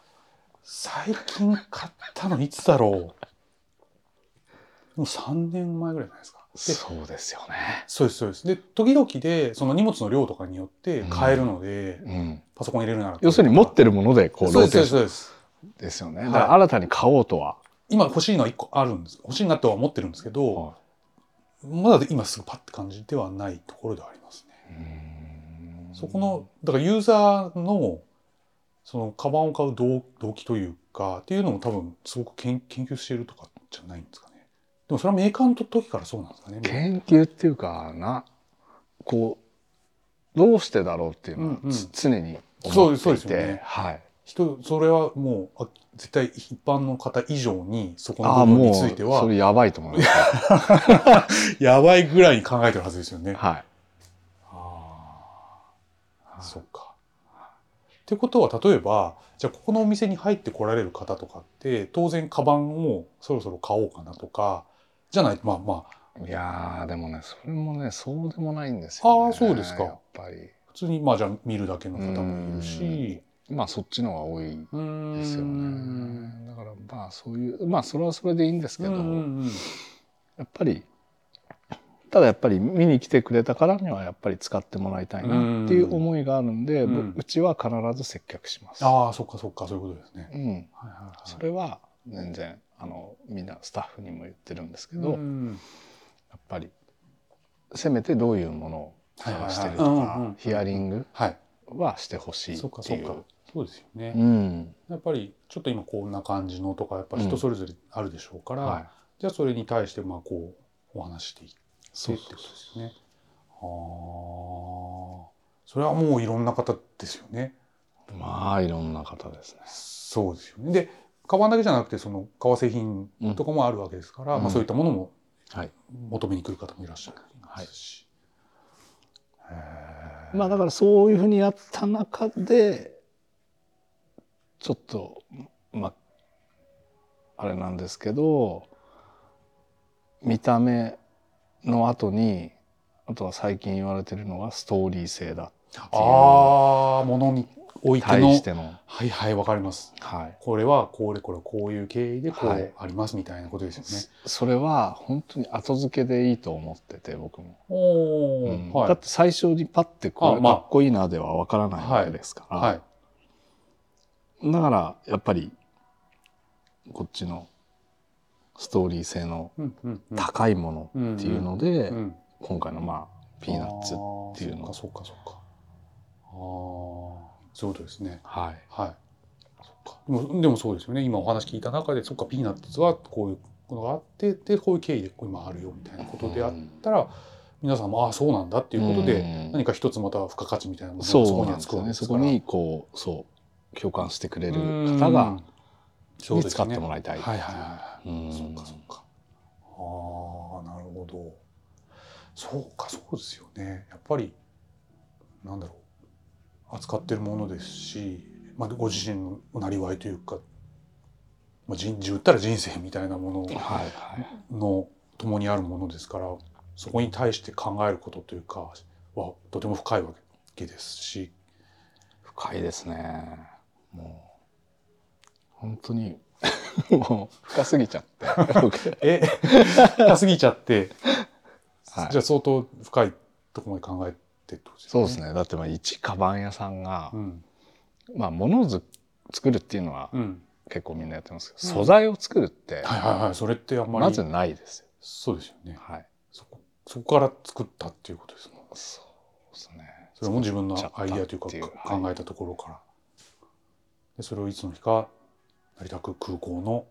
A: 最近買ったのいつだろうもう3年前ぐらいじゃないですかで
B: そうですよね。
A: そうですそうですで時々でその荷物の量とかによって買えるので、
B: うん。
A: パソコン入れるなら
B: 要するに持ってるもので、こう、
A: そ
B: ロ
A: う
B: ー
A: です
B: テ
A: そう
B: ー
A: です
B: ショ
A: そうです
B: ンですよね。
A: はい
B: だから新たに買おうとは。
A: 今欲しいのは1個あるんです欲しいなとは思ってるんですけど、
B: は
A: まだ今すぐパッて感じではないところではありますね。そこのだからユーザーのそのカバンを買う動動機というかっていうのも多分すごく研研究しているとかじゃないんですかね。でもそれはメーカーの時からそうなんですかね。
B: 研究っていうかな、こう、どうしてだろうっていうのは、
A: うんうん
B: つ常に
A: そう
B: 思
A: で
B: っ
A: すそう
B: て
A: で
B: い
A: すよ
B: て、
A: ね
B: はい。
A: 人それはもうあ絶対一般の方以上にそこ
B: あ
A: の
B: あ、
A: 部分
B: も
A: に
B: う、
A: ついて
B: そ
A: は
B: れやばいと思 います。
A: やばいぐらいに考えてるはずですよね。
B: はい。
A: あそうか。ってことは例えばじゃあここのお店に入ってこられる方とかって当然カバンをそろそろ買おうかなとかじゃないまあまあ
B: いやー、でもね、それもね、そうでもないんです
A: あ
B: よ、ね。
A: あそうですか
B: やっぱり。
A: 普通にまあじゃあ見るだけの方もいるし
B: まあ、そっちの方が多い
A: で
B: ですよね。だからまあそういうまあそれはそれでいいんですけ
A: う
B: ど、
A: んうんうん
B: やっぱりただやっぱり見に来てくれたからにはやっぱり使ってもらいたいなっていう思いがあるんで、
A: うん
B: ぶう
A: うん
B: ちは必ず接客します。
A: ああそっかそっかそういうことですね。
B: うん、
A: はいはいはい
B: それは全然あのみんなスタッフにも言ってるんですけど、
A: う
B: や
A: ん
B: っぱりせめてどういうものを探してると
A: は
B: か、
A: いはいはいうんうん
B: ヒアリング
A: はい
B: はしてほしいって
A: そっかそっ
B: い
A: か
B: う。
A: そうですよね。
B: うん
A: やっぱりちょっと今こんな感じのとかやっぱ人それぞれあるでしょうから、
B: はい、
A: じゃあそれに対してまあこうお話していく
B: そう
A: って
B: そ
A: こ
B: う
A: とですよね。ああそれはもういろんな方ですよね。
B: そうまあいろんな方ですね。
A: そうですよね。でカバンだけじゃなくてその革製品とかもあるわけですから、
B: うん
A: まあ、そういったものも
B: はい
A: 求めに来る方もいらっしゃるますし。へー
B: まあだからそういうふうにやった中でちょっとまああれなんですけど見た目の後にあとは最近言われてるのはストーリー性だ
A: ああものにおいて
B: 対
A: の
B: しての、
A: はいはいわかります。
B: はい、
A: これはこれこれこういう経緯でこ
B: はいう
A: ありますみたいなことですよね。
B: そそれは本当に後付けでいいと思ってて僕も、
A: お
B: う
A: ー
B: ん
A: は
B: だ
A: い
B: って最初にパッてこ
A: あ
B: れ
A: まあ
B: かっこいいなではわからないわけですから、
A: はい
B: だからやっぱりこっちのストーリー性の
A: うんうんうん
B: 高いものっていうので、
A: うん
B: 今回のまあピーナッツていうの
A: あーそっかそっかそっかああそういうことですね
B: はい
A: はいそっかでもでもそうですよね今お話聞いた中でそっかピーナッツはこういうのがあってでこういう経緯で今あるよみたいなことであったら、皆さんもああそうなんだっていうことで、
B: うん
A: 何か一つまた付加価値みたいなものがそ
B: そ
A: こ
B: う
A: に
B: な
A: は
B: んで
A: つ
B: す
A: くわ
B: よ
A: け
B: ね。
A: で
B: そ
A: す
B: こ
A: から
B: にこうそう共感してくれる
A: うん
B: 方が
A: そう
B: に
A: です
B: 使
A: ね
B: ってもらいたいってい
A: は
B: う
A: いはいはい、
B: うん
A: そうかそうかああなるほどそうかそうですよねやっぱりなんだろう扱ってるものですし、まあ、ご自身のなりわいというか、まあ、人言ったら人生みたいなも
B: はいはい。
A: のの共にあるものですからそこに対して考えることというかはとても深いわけですし
B: 深いですね。もう本当にもう深すぎちゃって。僕
A: え深すぎちゃって、
B: はい
A: じゃあ相当深いところまで考えてってことです
B: そうですね。だってまあ一カバン屋さんが、
A: うん
B: まあ物をず作るっていうのは
A: うん、
B: 結構みんなやってますけど、
A: うん
B: 素材を作るって
A: はいはいはいそれってあんまり
B: まずないですよ。
A: そうですよね
B: はい。
A: そこそこから作ったっていうことですもん
B: そうですね。
A: それも自分のアイデアというか
B: 作っちゃったっていう
A: 考えたところから、でそれをいつの日か成田空空港の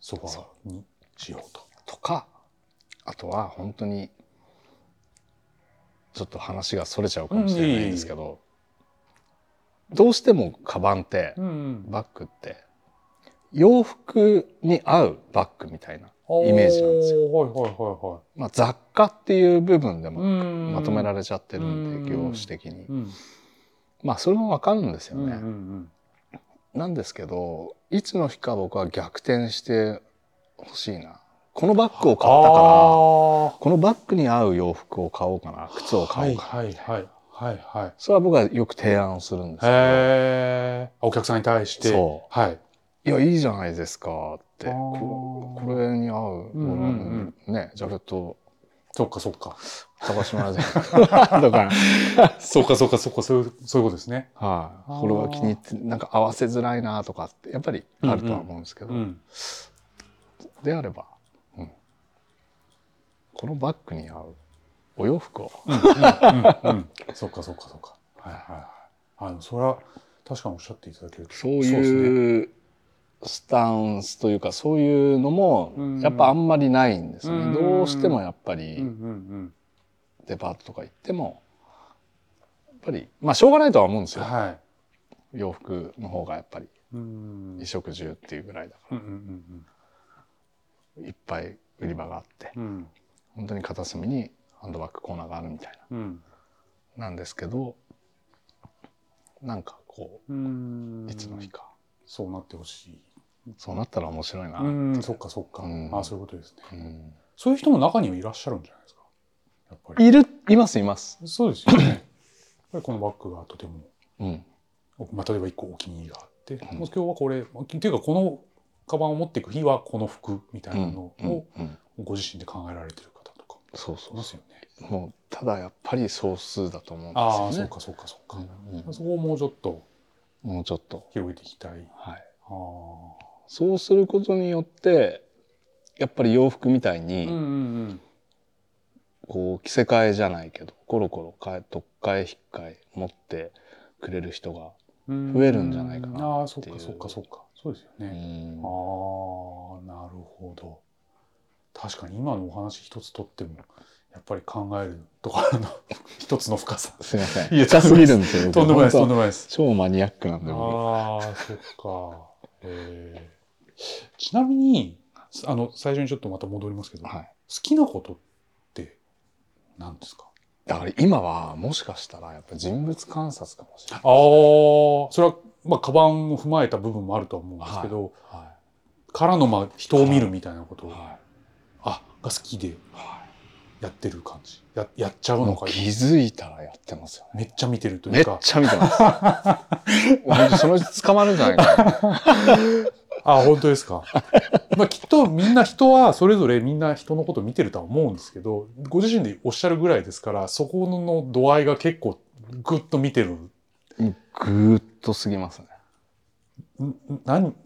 A: ソファーにしようと
B: とかあとは本当にちょっと話がそれちゃうかもしれないんですけど、どうしてもカバンって、
A: うん
B: バッグって洋服に合うバッグみたいな、イメージなんです
A: よはいはいはいは
B: まあ、雑貨っていう部分で
A: い
B: もまとめら
A: れ
B: れちゃってるんで、
A: うん
B: 業種的に
A: う。ん
B: まあそれもわかるんですよ
A: うんうん
B: ね。
A: うん
B: なんですけどいつの日か僕は逆転してほしいな。このバッグを買ったから。
A: あ
B: このバッグに合う洋服を買おうかな、靴を
A: ーは
B: 買おう
A: い
B: かな。
A: はいはいはいはい
B: それは僕はよく提案をするんですけ
A: へえお客さんに対して
B: そ
A: はい
B: ど、いや、いいじゃないですかって、
A: あー
B: ここれに合う、
A: うんうん
B: ね、ジャケット
A: そっかそっか
B: 探してもらえない とか、
A: そうかそうかそうかそういうそういうことですね。
B: はい
A: ー
B: これは気に入って、なんか合わせづらいなとかって、やっぱりあるとは思うんですけど、
A: ん。
B: であれば、うんこのバッグに合うお洋服を、
A: うん。そうかそうかそうか。はいはいはい。あのそれは確かにおっしゃっていただけると。
B: そう
A: そうですね。
B: いうスタンスというか、そういうの
A: うん
B: も、やっぱあんまりないんですよ
A: うん
B: ね。どうしてもやっぱり、
A: うんうん
B: デパートとか行ってもやっぱりまあしょうがないとは思うんです
A: うん。
B: よ
A: はい。
B: 洋服の方がやっぱり
A: うん。
B: 衣食住っていうぐらいだか
A: うんうん
B: らいっぱい売り場があって
A: うんうん。
B: 本当に片隅にハンドバッグコーナーがあるみたい
A: うん。
B: ななんですけどなんかこ
A: うん。
B: ういつの日か
A: そうなってほしい。
B: そうなったら面白いな、
A: うん。そっかそっか。
B: うん
A: あそういうことですね。
B: うん
A: そういう人も中にはいらっしゃるんじゃないですか。やっぱり。
B: いるいますいます、
A: そうですよね。やっぱりこのバッグがとても。
B: うん、
A: まあ、例えば一個お気に入りがあって、もう今日はこれっていうかこのカバンを持っていく日はこの服みたいなの
B: うん
A: を
B: うん
A: ご自身で考えられてる方とか
B: そう
A: い
B: そ
A: ますよね。
B: うもうただやっぱり総数だと思うんですよね
A: ああそうかそうかそうか。
B: うんうん
A: そこをもうちょっと
B: もうちょっと
A: 広げていきたい。
B: はい
A: ああ。
B: そうすることによって、やっぱり洋服みたいに、
A: うんうん
B: こう、着せ替えじゃないけど、コロコロ変え、とっかえ、ひっかえ、持ってくれる人が、
A: うん。
B: 増えるんじゃないかな
A: ああーそっ
B: ってい
A: か
B: う
A: そっかそっかそうですよ
B: う
A: ね。
B: ん
A: ああなるほど。確かに今のお話一つとってもやっぱり考えるところの 一つの深さ。
B: すいません。
A: いや
B: 深すぎるんですよ。僕
A: とんでもないですとん
B: 本
A: でもないです
B: 当。超マニアックなんで、僕
A: ああ、そっか。えーちなみに、あの、最初にちょっとまた戻りますけど、好
B: はい。
A: きなことって何ですか
B: だから今は、もしかしたら、やっぱ人物観察かもしれな
A: あ
B: い。
A: あー、それは、まあ、カバンを踏まえた部分もあるとは思うんですけど、
B: は
A: からの、まあ、人を見るみたいなこと
B: い。
A: を、
B: は
A: あ、が好きで
B: い。は
A: やってる感じ。や、やっちゃ
B: い。
A: うの
B: も
A: か
B: う、気づいたらやってますよね。
A: めっちゃ見てる とい
B: め
A: う
B: っ
A: か、
B: ちゃ見てます。本当そのうち捕まるんじゃないかな。
A: あ、本当です か。まあ、きっとみんな人はそれぞれみんな人のこと見てるとは思うんですけど、ご自身でおっしゃるぐらいですから、そこの度合いが結構ぐっと見てる。ん
B: ぐーっと過ぎますね。
A: ん何ん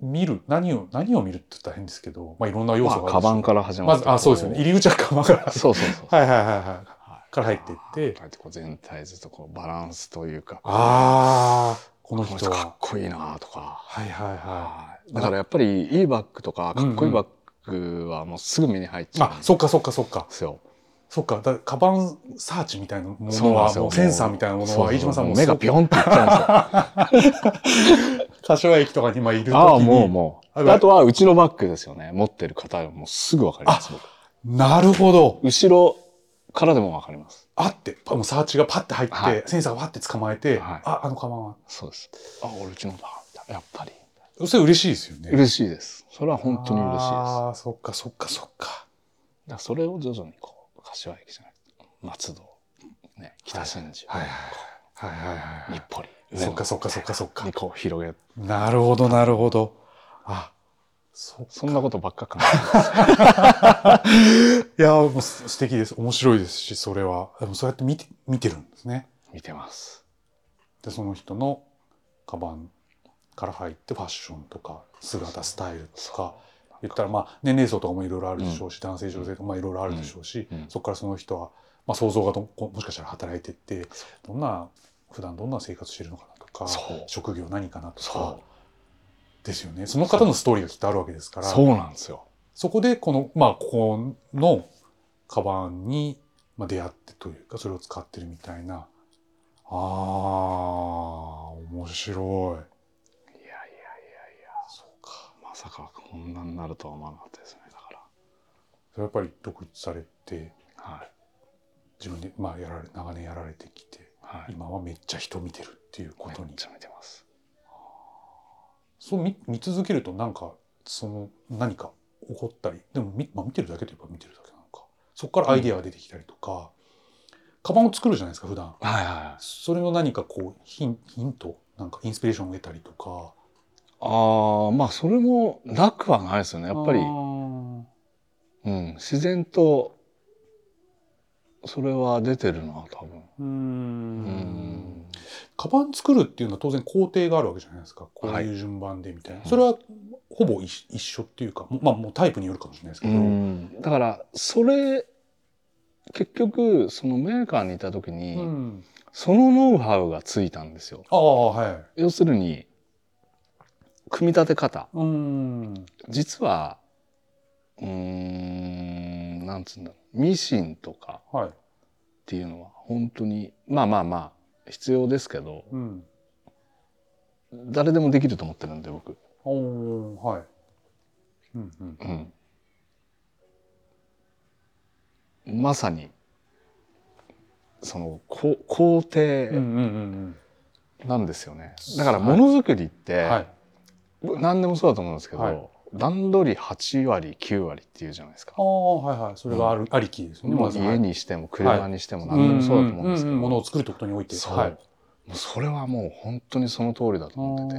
A: 見る何を何を見るって言ったら変ですけど、まあいろんな要素があるでしょう
B: カバンから始ま
A: ま
B: る。
A: ずあそうですよね。入り口はカバンから。
B: そうそうそう。
A: はいはいはいはい。
B: はい
A: から入っていって
B: こうやってこう全体ずっとこうバランスというか。
A: ああこ
B: こ
A: の
B: の
A: 人
B: 人かっ
A: は。
B: こいいなとか。
A: はいはいは
B: だからやっぱりいいバッグとかかっこいいバックはもうすぐ目に入っちゃうん
A: あ
B: で
A: そっかそっかそっか
B: すよ。
A: そっかだカバンサーチみたいなも
B: そう
A: の
B: なん
A: は
B: ですよ
A: もうセンサーみたいなもの
B: そう
A: は飯島さんもう
B: 目がピョンっていっちゃうんですよ。
A: 柏駅とかに今いる時に
B: ああ、もうも
A: あ
B: う。あとは、うちのバッグですよね。持ってる方はもうすぐわかります。僕
A: なるほど
B: 後ろからでもわかります。
A: あってパもうサーチがパッて入って、
B: はい
A: センサーがパッて捕まえて、
B: はい
A: ああのカバンは
B: そうです。あ、俺うちのだ。みたいなやっぱり。
A: それ嬉しいですよね
B: 嬉しいです。それは本当に嬉しいです。だか
A: ああそっかそっかそっから
B: それを徐々にこう、柏駅じゃなくて、松戸、ね、北新地、
A: はいはいはいはいはい
B: 日暮里、
A: そっかそっかそっかそっか
B: にこう広げ、
A: なるほどなるほどあそっか
B: そんなことばっか考えてます。
A: いやもうす素敵です面白いですしそれはでもそうやって見て見てるんですね
B: 見てます。
A: でその人のカバンから入ってファッションとか姿スタイルとか言ったらまあ年齢層とかもいろいろあるでしょうし、男性女性とかまあいろいろあるでしょうし、
B: うんうん
A: そこからその人は、まあ、想像がどこもしかしたら働いてってどんな普段どんな生活してるのかなとか
B: そう
A: 職業何かなとか
B: そ
A: ですよねその方のストーリーがきっとあるわけですか
B: う。
A: ら
B: そうなんですよ。
A: そこでこのまあここのカバンにまあ出会ってというかそれを使ってるみたいなあー面白い
B: いやいやいやいや、
A: そうか
B: まさかこんなになるとは思わなかったですね。だか
A: それやっぱり独立されて
B: ら。はい。
A: 自分でまあやられ長年やられてきて
B: はい。
A: 今はめっちゃ人見てるっていうこと
B: め
A: に
B: っちゃ見てます。
A: そう見見続けるとなんかその何か起こったりでも見,、まあ、見てるだけといえば見てるだけなのかそこからアイデアが出てきたりとか、カバンを作るじゃないですか普段
B: はいはいはい。
A: それの何かこうヒンヒントなんかインスピレーションを得たりとか
B: ああ、まあそれもなくはないですよね。やっぱり
A: あ、ー
B: うん、自然と、それは出てるな、多分。
A: うー
B: うんん。
A: カバン作るっていうのは当然工程があるわけじゃないですかこう
B: はい
A: いう順番でみたいな、
B: うん
A: それはほぼ一一緒っていうかもうまあもうタイプによるかもしれないですけ
B: う
A: ど、
B: ん、だから、それ、結局、そのメーカーにいた時に、
A: うん
B: そのノウハウがついたんですよ。
A: ああはい
B: 要するに、組み立て方。
A: うん
B: 実は、うーん、なんつうんだろう。ミシンとか、
A: はい
B: っていうのは本当にまあまあまあ必要ですけど
A: うん
B: 誰でもできると思ってるんで僕、
A: おおはいうんうん
B: うん、まさにそのこ工
A: うんう
B: 程
A: んうん
B: なんですよね、だから
A: はい
B: ものづくりって、
A: うんはい
B: 何でもそうだと思うんですけど、
A: はい
B: 段取り8割9割っていうじゃないですか
A: あ。あはいはいそれがある、ありきですよね
B: もう
A: ずは
B: 家
A: い
B: にしても車にしても
A: うん
B: 何でもそうだと思うんですけど、
A: ものを作るってことにおいて
B: そう、
A: はい
B: もうそれはもう本当にその通りだと思って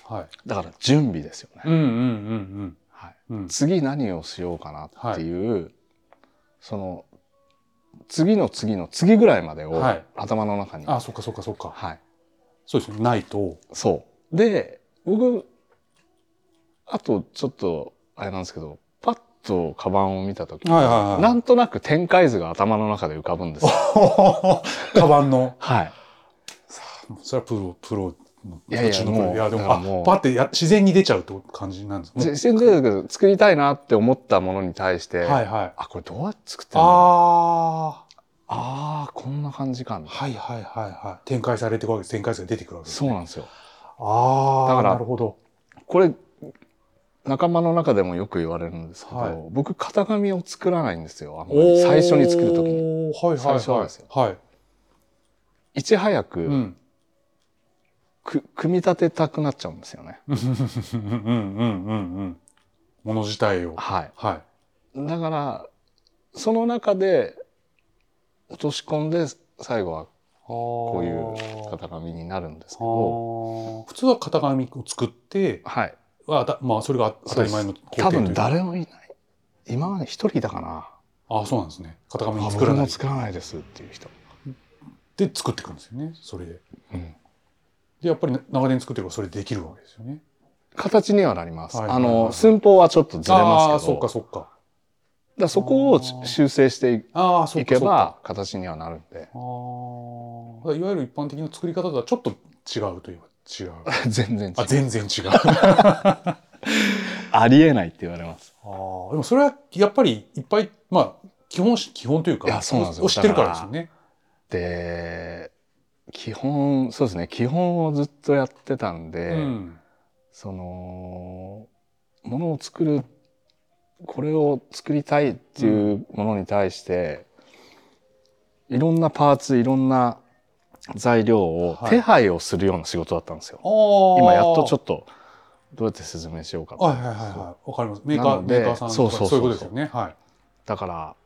B: て
A: あーはい
B: だから準備ですよね、
A: うんうん
B: はい、
A: うんうんうん
B: 次何をしようかなっていう、その次の次の次ぐらいまでを
A: はい
B: 頭の中に、はい
A: あそっかそっかそっかそうですよねない と
B: そうで僕あとちょっとあれなんですけどパッとカバンを見た時、
A: はいはいはい
B: なんとなく展開図が頭の中で浮かぶんですよ。
A: カバンの
B: はい、
A: それはプロプロの
B: いやいや
A: 途中のプロ
B: もう
A: いやでも
B: だから
A: あ
B: もう
A: パッてや自然に出ちゃうって感じなんですもう
B: 自信ですけど作りたいなって思ったものに対して、
A: はいはい
B: あこれどうやって作ってんだろう
A: あー
B: ああこんな感じかみたいな
A: はいはいはいはい展開されていくわけです展開図が出てくるわけです
B: そうなんですよ。
A: あ
B: だ
A: あ
B: から
A: なるほど
B: これ仲間の中でもよく言われるんですけど、
A: はい
B: 僕型紙を作らないんですよあんまり最初に作る時
A: おー
B: に
A: はいはい
B: 最初はですよ
A: はいはい
B: いち早く、
A: うん
B: く組み立てたくなっちゃうんですよね
A: うんうんうんうんうんもの自体を
B: はい
A: はい
B: だからその中で落とし込んで最後はこ
A: こ
B: ういう型紙になるんですけど
A: あー普通は型紙を作って
B: はい
A: はだまあそれが当たり前の工程
B: 多
A: という
B: 分誰もいない今まで一人いたかな
A: ああそうなんですね型紙
B: あ
A: を作
B: 僕
A: らな
B: も
A: い
B: 作らないですっていう人、
A: で作っていくんですよねそれで
B: うん
A: でやっぱりな長年作ってるからそれできるわけですよね
B: 形にはなります、
A: はいはいは
B: あ
A: い
B: の寸法はちょっとずれ
A: あ
B: ま
A: あ
B: すけ
A: そ
B: ど
A: っかそっか
B: だからそこを
A: あー
B: 修正してい
A: ああそっ
B: い
A: か
B: け
A: そっか
B: ば形にはなるんで
A: あーだからいわゆる一般的な作り方とはちょっと違うといえば違う
B: 全然違う
A: あ全然違う
B: ありえないって言われます
A: ああーでもそれはやっぱりいっぱいまあ基本し基本というか
B: いやそうなんですよ
A: を知ってるからですよね。
B: で基本そうですね基本をずっとやってたんで、
A: うん
B: そのものを作るこれを作りたいっていうものに対して、いろんなパーツいろんな材料を
A: はい
B: 手配をするような仕事だったんですよ。
A: あー
B: 今やっとちょっとどうやって説明しようかな
A: はいはいはいはいわかりますメーカ
B: な
A: ー
B: の
A: メ
B: で
A: ーカーさんと
B: そう
A: か
B: そ
A: そう
B: そう
A: ういうことですよね。はい。
B: だから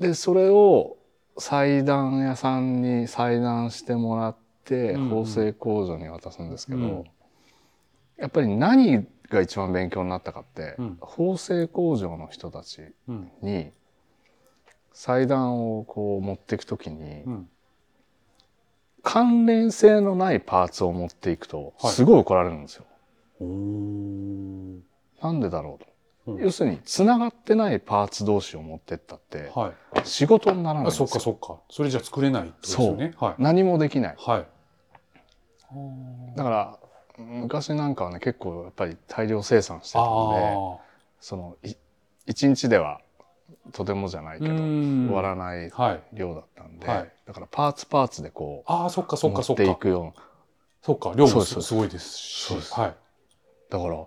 B: でそれを裁断屋さんに裁断してもらって
A: うんうん
B: 縫製工場に渡すんですけど、
A: うん
B: やっぱり何が一番勉強になったかって、
A: うん
B: 縫製工場の人たち
A: うん
B: に裁断をこう持っていくときに、
A: うん
B: 関連性のないパーツを持っていくと
A: はい
B: すごい怒られるんですよ。
A: おー
B: なんでだろうと。
A: うん
B: 要するに繋がってないパーツ同士を持ってったって、
A: はい。
B: 仕事にならないん
A: あ
B: です
A: そ
B: よ
A: っかそっか。それじゃ作れないってことですよね。はい。
B: 何もできない
A: はい。
B: だから昔なんかはね結構やっぱり大量生産してた
A: あ
B: んで
A: あ
B: そのい一日ではとてもじゃないけど終
A: 終
B: わらない
A: はい。
B: 量だったんで、
A: はい
B: だからパーツパーツでこう
A: ああ、そっかそっ
B: 持
A: かそ
B: っ
A: っか。
B: ていくような
A: そっか、量
B: そう
A: も
B: ですそ
A: す
B: うです
A: すごいですし。
B: そうです
A: はい。
B: だから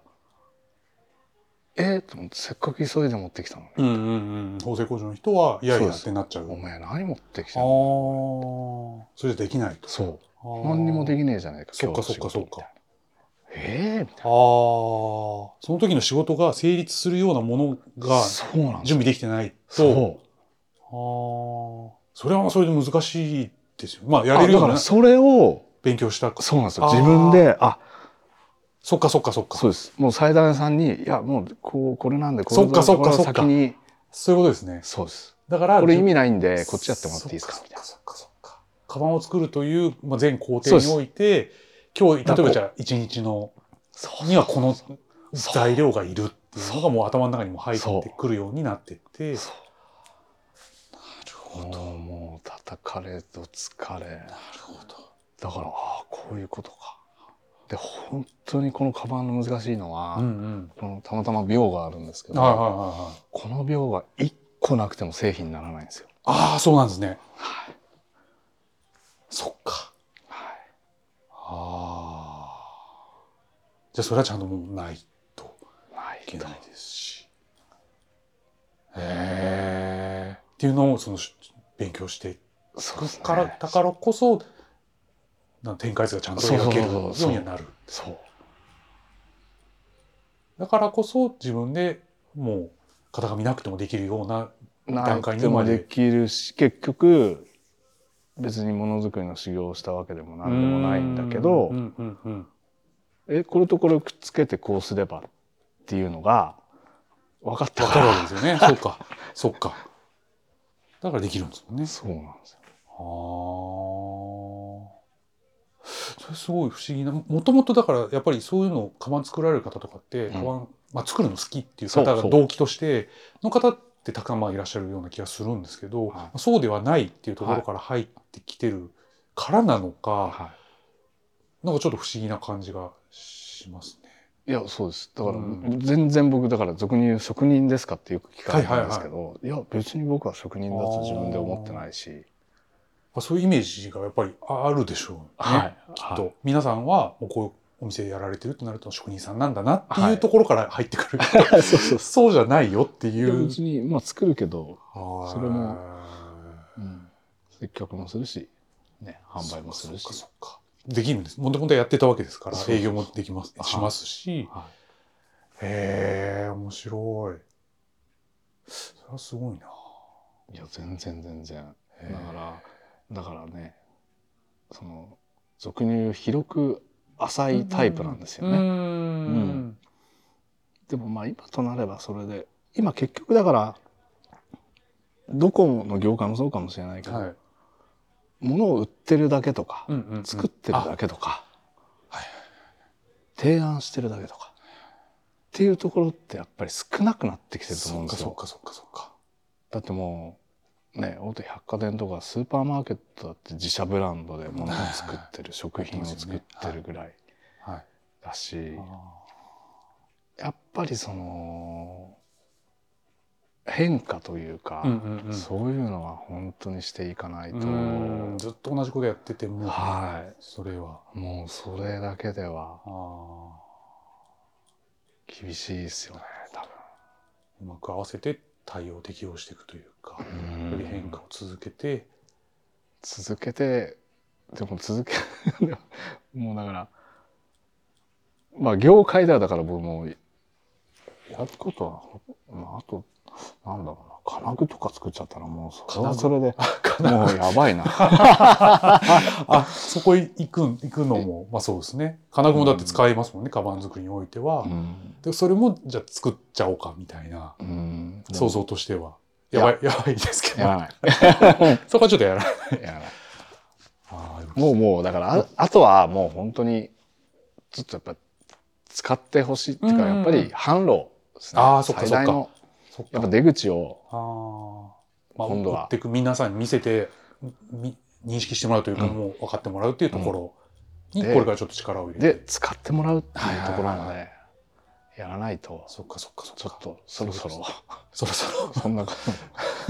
B: えっ、と思ってせっかく急いで持ってきたのに、
A: うんうんうん。縫製工場の人は、いやい
B: そう
A: や
B: で
A: っ
B: す
A: てなっちゃう。
B: お前何持ってき
A: あ
B: た
A: あ
B: の
A: ー、それじゃできないと。
B: そう
A: あー
B: 何にもできねえじゃないか
A: そっか
B: 今日の仕事
A: そっかそっか
B: みたいなええーみ
A: ああ、その時の仕事が成立するようなもの
B: たいな
A: が
B: そうなんです
A: 準
B: よ
A: 備できてないと、
B: そ
A: あ
B: う
A: あ、それはそれで難しいですよ。まあ、やれるよう
B: あだか
A: な
B: らそれを
A: 勉強したか。
B: そうなんですよ
A: あー
B: 自分であ
A: そっかそっかそっか。
B: そうですもう裁断屋さんにいやもうこうこれなんでこ
A: そっかそっか
B: これ
A: そ
B: を
A: っか
B: 先に
A: そういうことですね。
B: そうです
A: だから、
B: これ意
A: じゅ
B: 味ないんでこっちやってもらっていいですか
A: そ
B: み
A: った
B: い
A: かそっかそっか。カバンを作るという、まあ、全工程において、今日、例えばじゃあ、一日の
B: な
A: にはこの
B: そう
A: 材料がいるっていうのがもう頭の中にも入ってくるようになってって。
B: そう
A: なるほど
B: もうもう叩かれと疲れ
A: なるほど。
B: だからああこういうことかで本当にこのカバンの難しいのは、
A: うん
B: このたまたま秒があるんですけ
A: うん。
B: ど、
A: はいはいはいはい。
B: この秒が1個なくても製品にならないんですよ
A: ああ、そうなんですね。
B: はい
A: そっか。
B: はい
A: ああ。じゃあ、それはちゃんともうないと
B: ない
A: い
B: け
A: け
B: ど
A: ないですし。へえ。っていうのを、その、し勉強して
B: そうですね
A: から、だからこそ、なん展開図がちゃんと描けるようにはなる。
B: そう
A: だからこそ自分でもう型紙なくてもできるような、
B: な
A: 段階
B: く
A: に
B: て
A: ま
B: も
A: で
B: できるし結局別にものづくりの修行をしたわけでも何でもないんだけど
A: うんうんうん
B: えこれとこれをくっつけてこうすればっていうのが分かった
A: わ
B: か
A: からるわけです よね。そうか、そうか。だからできるんですもんね。
B: そうなんです
A: あ
B: よ。
A: あ。それすごい不思議な。もともとだからやっぱりそういうのをカバン作られる方とかって、
B: ん
A: カバン、まあ、作るの好きっていう
B: そう
A: 方が
B: そう
A: 動機としての方ってたくさんまあいらっしゃるような気がするんですけど、
B: はい
A: まあそうではないっていうところから入ってきてるからなのか、
B: は
A: なんかちょっと不思議な感じがしますね。
B: い、いやそうですだから、
A: うん
B: 全然僕だから俗に言う職人ですかってよく聞か
A: は
B: れ
A: いはいは
B: たんで
A: い
B: すけど、いや別に僕は職人だと自分で思ってないし、
A: まあそういうイメージがやっぱりあるでしょうね。
B: はい、
A: きっ
B: はい
A: と皆さんはもうこういうお店やられてるとなると職人さんなんだなって
B: は
A: いう
B: い
A: ところから入ってくる、そうじゃないよって
B: い
A: い
B: や
A: う。
B: 別にまあ作るけど、
A: そ
B: それもうん、接客もするし、ね、販売もするし
A: そっかそっかできるんです。もともとやってたわけですから
B: そうそう
A: 営
B: そう
A: 業もできます
B: はい
A: しますし。
B: は
A: へえ面白い。それはすごいな。
B: い、いや全然全然
A: へ
B: だ
A: ー
B: からだからねその俗に言う広く浅いタイプなんですよね、
A: ん
B: うんでもまあ今となればそれで今結局だからどこの業界もそうかもしれないけど、
A: はい。
B: 物を売ってるだけとか、
A: うんうんうん
B: 作ってるだけとか、
A: あはい
B: 提案してるだけとかっていうところってやっぱり少なくなってきてると思
A: そ
B: うん
A: っ
B: で
A: か
B: す
A: そっ
B: よ
A: かそっかそっか。
B: だってもうね大手百貨店とかスーパーマーケットだって自社ブランドで物を作ってる食品を作ってるぐらい
A: はい。
B: だし
A: あ
B: やっぱりその変化というか、
A: うんうんうん
B: そういうのは本当にしていかないと、
A: うんずっと同じことやってても、
B: は
A: それはい
B: もうそれだけでは
A: あー
B: 厳しいですよね多
A: うまく合わせて対応適応していくというか、
B: 分
A: より変化を続けて、
B: 続けてでも続け もうだからまあ業界ではだから僕もやることはまああとなんだろうな金具とか作っちゃったらもうそれはそれでもうやば いな
A: あそこへ行くん行くのもまあそうですね金具もだって使えますもんね、カバン作りにおいては、
B: うん、
A: でそれもじゃあ作っちゃおうかみたいな
B: うん、
A: 想像としては、
B: いや
A: やばいやばいですけ
B: や
A: ど
B: らない
A: そこはちょっとやらない
B: やらない
A: あーでも
B: もうもうだからああとはもう本当にちょっとやっぱ使ってほしいっていうか
A: うんうんうん
B: やっぱり販路ですね
A: あーそっか
B: 最大の
A: そっか
B: やっぱ出口を
A: あー、まあ、
B: 今度は
A: 追っていく皆さんに見せてみ認識してもらうというか、
B: うん
A: もう分かってもらうっていうところに、
B: で
A: これからちょっと力を入れて
B: で使ってもらうっていうところな
A: はい
B: の
A: はい
B: でやらないと
A: そっかそっかそっか
B: ちょっとそろそろ
A: そろそろ
B: そんなこと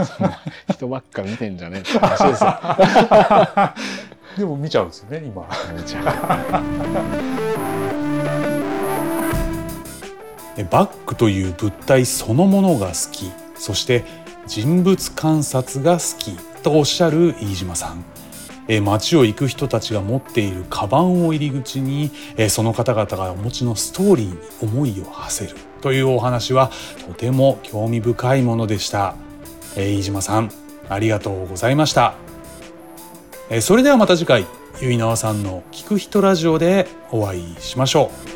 B: そん な人ばっか見てんじゃねえ って話ですよ。
A: でも見ちゃうんですよね今えバッグという物体そのものが好きそして人物観察が好きとおっしゃる飯島さんえ街を行く人たちが持っているカバンを入り口にえその方々がお持ちのストーリーに思いを馳せるというお話はとても興味深いものでしたえ飯島さんありがとうございましたえそれではまた次回結菜さんの「聞く人ラジオ」でお会いしましょう。